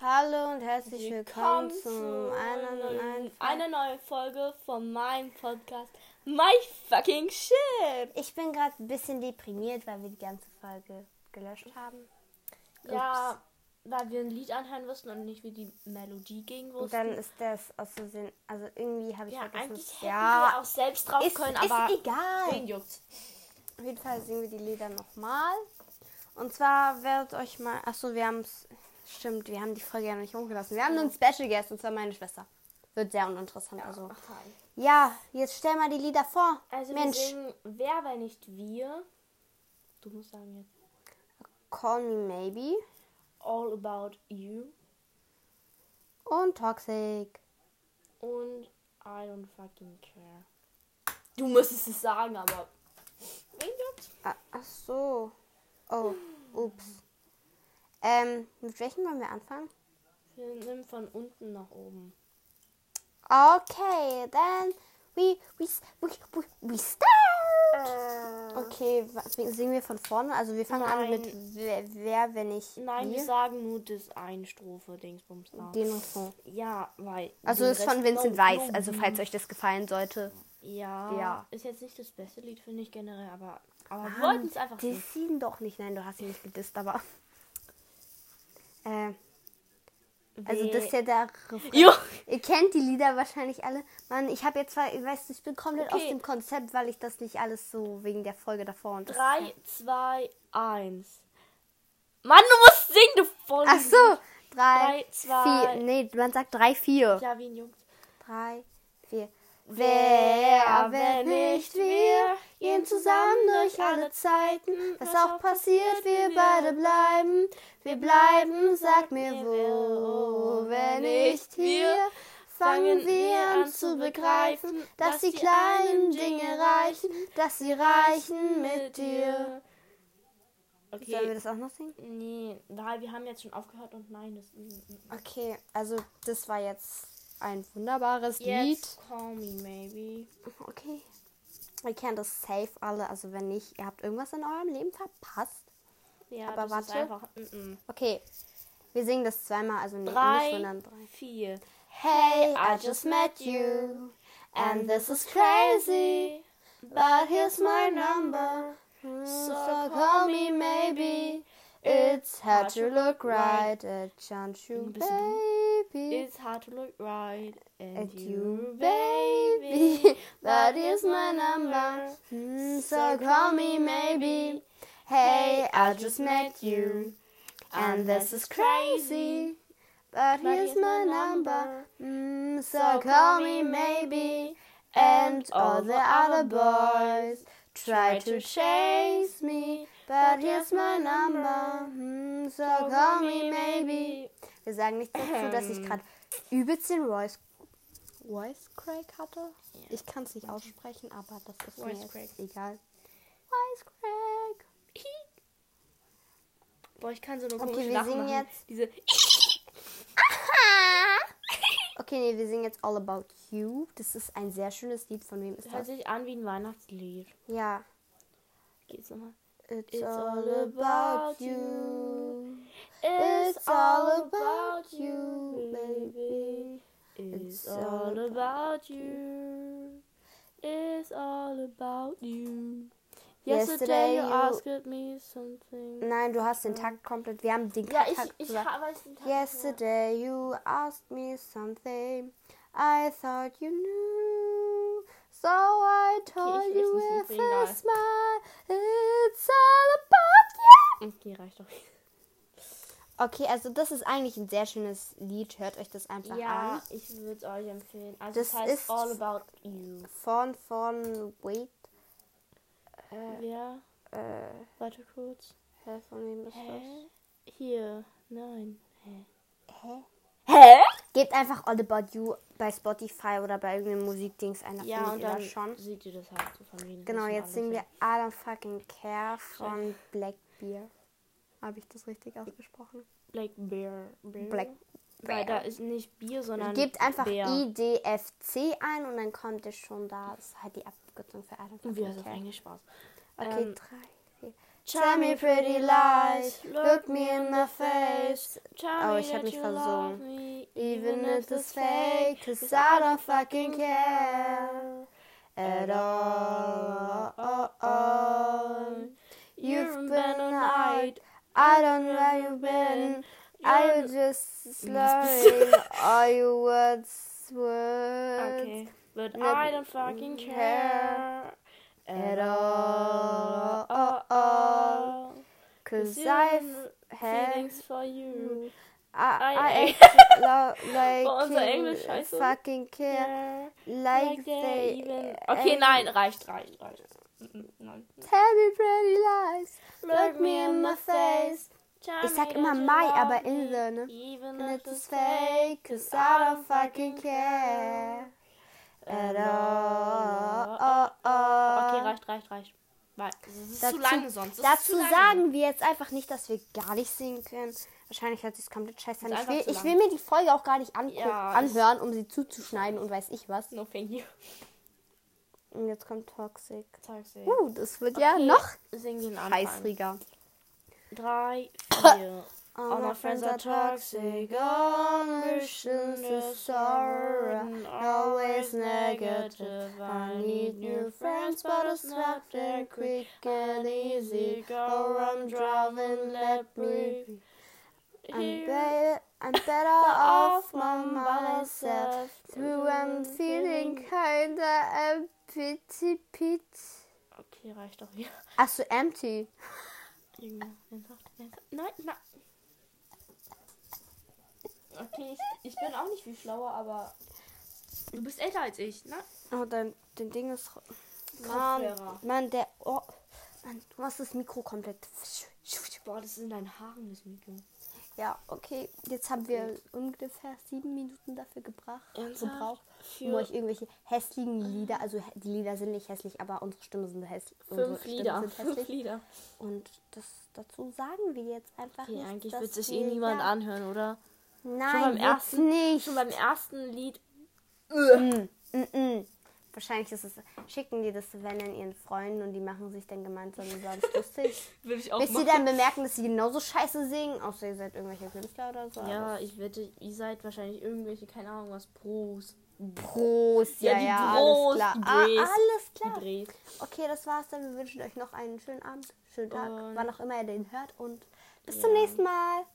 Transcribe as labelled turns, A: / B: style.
A: Hallo und herzlich willkommen, zum einer,
B: einer neuen Folge von meinem Podcast My Fucking Shit.
A: Ich bin gerade ein bisschen deprimiert, weil wir die ganze Folge gelöscht haben.
B: Ja, weil wir ein Lied anhören wussten und nicht wie die Melodie ging
A: Und
B: wussten.
A: dann ist das aus Versehen, also irgendwie habe ich
B: ja,
A: vergessen.
B: eigentlich hätten wir
A: ja,
B: auch selbst drauf
A: ist,
B: können,
A: ist
B: aber
A: egal.
B: wen juckt's?
A: Auf jeden Fall singen wir die Lieder nochmal. Und zwar werdet euch mal, achso, wir haben es, stimmt, wir haben die Folge ja noch nicht hochgelassen. Wir haben einen Special Guest, und zwar meine Schwester. Wird sehr uninteressant, also. Ja, jetzt stell mal die Lieder vor.
B: Also
A: Mensch,
B: wir singen Wer, weil nicht wir. Du musst sagen jetzt.
A: Call Me Maybe
B: All About You
A: und Toxic.
B: und I Don't Fucking Care. Du müsstest es sagen, aber wen juckt's?
A: Ah, ach so. Oh, ups. Ähm, mit welchem wollen wir anfangen?
B: Wir nehmen von unten nach oben.
A: Okay, then we, we, we, we, we start.
B: Äh.
A: Okay, was, singen wir von vorne? Also wir fangen an mit wer, wer wenn ich
B: Nein, wir
A: wir?
B: sagen nur das eine Strophe Dingsbums da.
A: den Refrain.
B: Ja, weil.
A: Also
B: den
A: ist von
B: Rest-
A: Vincent
B: Oh,
A: Weiss,
B: oh,
A: also falls euch das gefallen sollte.
B: Ja,
A: Ja. Ah,
B: Ist jetzt nicht das beste Lied, finde ich generell, aber. Aber wir wollten es einfach
A: Die
B: singen.
A: sehen doch nicht. Nein, du hast ihn nicht gedisst, aber... Äh, also das ist ja der Refrain.
B: Jo!
A: Ihr kennt die Lieder wahrscheinlich alle. Mann, ich habe jetzt zwar, ich weiß, ich bin komplett aus
B: Okay.
A: dem Konzept, weil ich das nicht alles so wegen der Folge davor und das-
B: 3, 2, 1. Mann, du musst singen, du voll.
A: Ach so, drei,
B: Drei, zwei-
A: vier. Nee, man sagt drei, vier.
B: Ja, wie ein Jungs.
A: Drei, vier.
B: Wer, wenn nicht wir, gehen zusammen durch alle
A: Zeiten.
B: Was auch
A: passiert,
B: wir beide
A: bleiben. Wir
B: bleiben, sag mir wo. Wenn nicht wir, fangen wir an zu begreifen, dass die kleinen Dinge reichen,
A: dass sie Sollen wir
B: Okay.
A: das auch noch singen?
B: Nee, weil wir haben jetzt schon aufgehört und nein, das
A: Okay, also das war jetzt ein wunderbares Lied.
B: Jetzt call me maybe.
A: Okay. Ihr kennt das safe alle, also wenn nicht, ihr habt irgendwas in eurem Leben verpasst.
B: Ja,
A: Aber
B: das ist
A: warte.
B: einfach. Mm
A: Okay. Wir singen das zweimal, also nicht, nicht
B: Drei,
A: sondern drei.
B: vier.
A: Hey,
B: I just met you,
A: and this is crazy, but here's my number. So call me maybe. It's hard to look right at you, baby.
B: It's hard to look right and
A: At you,
B: you, baby.
A: That is my number. Mm, So call me maybe. Hey, I just met you. And this is crazy. But here's my number. Mm, so call me maybe. And all the other boys try to chase me. But here's my number. Mm, so call me maybe. Wir sagen nichts dazu, dass ich gerade übelst den Royce, Royce Craig hatte. Ich kann es nicht aussprechen, aber das ist
B: Royce
A: mir jetzt
B: Craig.
A: egal. Royce Craig.
B: Boah, ich kann so eine
A: Okay,
B: komische
A: wir
B: Lache
A: singen
B: machen.
A: jetzt.
B: Diese
A: Okay, nee, wir singen jetzt All About You. Das ist ein sehr schönes Lied. Von wem ist
B: hört
A: das?
B: sich an wie ein Weihnachtslied.
A: Ja.
B: Geht's nochmal?
A: It's,
B: all about you.
A: It's all about you, baby.
B: It's all about you. It's all about you.
A: Yesterday
B: Yesterday you
A: you-
B: asked me something.
A: Nein, du hast den Takt komplett. Wir haben den
B: Ja, ich,
A: Takt
B: ich
A: gesagt.
B: ha- weiß nicht.
A: Yesterday you asked me something I thought you knew. So I told
B: ich
A: you
B: weiß
A: with
B: nicht, egal.
A: a smile, it's all about you.
B: Okay, reicht doch.
A: Okay, also das ist eigentlich ein sehr schönes Lied. Hört euch das einfach
B: Ja,
A: an.
B: ich würde es euch empfehlen. Also
A: Das
B: das es heißt
A: ist-
B: All About You.
A: Von, von, wait.
B: Ja,
A: Äh,
B: warte kurz.
A: hä, von wem ist
B: Hä? Hier, nein. Hä?
A: das? Hä?
B: Hä?
A: Gebt einfach All About You bei Spotify oder bei irgendeinem Musikdings ein.
B: Ja, und dann
A: schon.
B: seht ihr das halt so von wegen. das
A: Genau,
B: müssen
A: jetzt
B: alle
A: singen wir
B: sehen.
A: I don't fucking care von Blackbeard. Habe ich das richtig ausgesprochen?
B: Black Bear. Bear?
A: Black
B: Mhm. Weil da
A: Bear.
B: ist nicht Bier, sondern.
A: Gebt einfach
B: Bär.
A: IDFC ein und dann kommt es schon da. Das ist halt die Abkürzung für I don't
B: Und wir
A: fucking
B: haben
A: care.
B: eigentlich Spaß.
A: Okay,
B: Ähm,
A: drei, vier. Tell me pretty lies, look me in the face.
B: Tell
A: Oh,
B: me
A: ich hab
B: that
A: mich
B: you
A: versungen.
B: love me,
A: Even if it's fake, cause I don't fucking care at all.
B: You've been a night.
A: I don't know where you've been. Are you just slurring all your words, words
B: Okay. But
A: Not-
B: I don't fucking
A: Yeah.
B: care
A: at all? Cause I've had
B: feelings for you.
A: I, I
B: I ate-
A: actually lo- like
B: Oh, unser
A: him
B: Englisch, scheiße.
A: fucking care
B: Yeah.
A: like,
B: Like
A: they e
B: they even. Okay,
A: actually-
B: nein, reicht, reicht, reicht. Mm, Nein.
A: Tell me pretty lies, look me in my face. Ich sag immer my, aber in the, ne?
B: Even
A: And
B: if
A: it's
B: it's fake.
A: fake, cause I don't fucking care at all. Oh,
B: Okay, reicht, reicht, reicht. Weil es ist
A: Dazu-
B: zu lange sonst. Es ist zu
A: Dazu
B: lange.
A: sagen wir jetzt einfach nicht, dass wir gar nicht singen können. Wahrscheinlich hört sich komplett scheiße an.
B: Ist
A: Ich will,
B: einfach zu
A: ich will mir die Folge auch gar nicht angucken,
B: Ja,
A: anhören, um sie zuzuschneiden und weiß ich was.
B: No thank you.
A: Und jetzt kommt Toxic.
B: Toxic.
A: Uh, das wird ja
B: Okay,
A: noch
B: Sing den Anfang.
A: eisriger.
B: Drei, vier.
A: All my friends are toxic, all missions are sorrow, always negative. I need new friends, but it's not very quick and easy. Go run, driving, let me be. I'm, be- I'm better off by myself. Through I'm feeling kinda empty, pit.
B: Okay, reicht doch wieder.
A: Ach so, empty.
B: Junge, ernsthaft, ernsthaft. Nein, nein. Okay, ich, ich bin auch nicht viel schlauer, aber du bist älter als ich, ne?
A: Oh, dein, dein Ding ist.
B: Kopfhörer.
A: Mann, Mann, der. Oh, Mann, du machst das Mikro komplett.
B: Boah, das ist in deinen Haaren, das Mikro.
A: Ja, okay. Jetzt haben wir ungefähr sieben Minuten dafür gebracht,
B: Ernsthaft?
A: gebraucht, um
B: Für
A: euch irgendwelche hässlichen Lieder, also hä- die Lieder sind nicht hässlich, aber unsere Stimmen sind hässlich.
B: fünf Lieder.
A: Oh Sind
B: Fünf
A: hässlich.
B: Lieder.
A: Und das dazu sagen wir jetzt einfach
B: Okay,
A: nicht.
B: eigentlich
A: dass
B: wird sich eh
A: wir
B: niemand
A: da-
B: anhören, oder?
A: Nein,
B: beim
A: wird's
B: ersten-
A: nicht.
B: Schon beim ersten Lied.
A: Mm-mm. Wahrscheinlich ist es, schicken die das wenn an ihren Freunden und die machen sich dann gemeinsam sonst lustig.
B: Würde ich auch
A: Bis sie
B: machen.
A: dann bemerken, dass sie genauso scheiße singen, außer ihr seid irgendwelche Künstler oder so. aber-
B: Ja, ich wette, ihr seid wahrscheinlich irgendwelche, keine Ahnung was, Pros.
A: Prost, ja,
B: Ja,
A: ja,
B: die
A: alles
B: Prost,
A: klar.
B: die
A: Ah,
B: Dres.
A: alles klar.
B: Hybrid.
A: Okay, das war's dann. Wir wünschen euch noch einen schönen Abend, schönen Tag,
B: Und-
A: wann auch immer ihr den hört und bis
B: Ja.
A: zum nächsten Mal.